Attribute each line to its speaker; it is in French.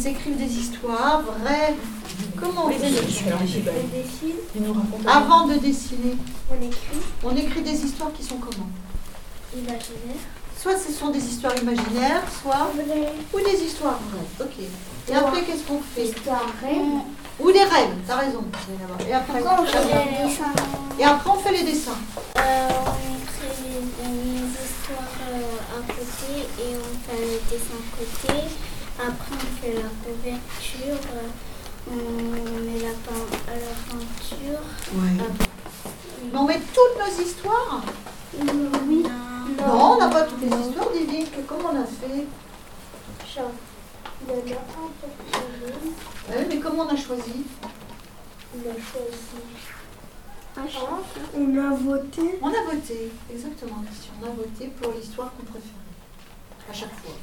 Speaker 1: Ils écrivent des histoires vraies. Comment on
Speaker 2: Les
Speaker 1: fait
Speaker 2: élections,
Speaker 1: ça
Speaker 2: les gibelles.
Speaker 3: On dessine,
Speaker 2: Ils nous racontent
Speaker 1: Avant de dessiner,
Speaker 3: on écrit,
Speaker 1: on écrit des histoires qui sont comment
Speaker 3: imaginaire.
Speaker 1: Soit ce sont des histoires imaginaires, soit ou des histoires vraies. Ok. Et après qu'est-ce qu'on fait
Speaker 3: Histoire vraie.
Speaker 1: Ou des rêves. T'as raison. Céline, d'abord. Et après.
Speaker 3: Pourquoi on
Speaker 1: Très bien.
Speaker 3: fait des dessins
Speaker 1: Et après on fait les dessins.
Speaker 3: Euh, On écrit les, les histoires euh, à côté et on fait les dessins à côté. Après, on fait la couverture, euh, on met la, pein- à la peinture.
Speaker 1: Mais on met toutes nos histoires
Speaker 3: Mm, Oui.
Speaker 1: Non, on n'a pas toutes les histoires, Didi. Que- Comment on a fait
Speaker 3: Genre, il y en a un pour Kevin,
Speaker 1: Ah oui, Mais comment on a choisi
Speaker 3: on a choisi un.
Speaker 4: On a voté.
Speaker 1: On a voté. Exactement, Christian. On a voté pour l'histoire qu'on préférait. À chaque fois.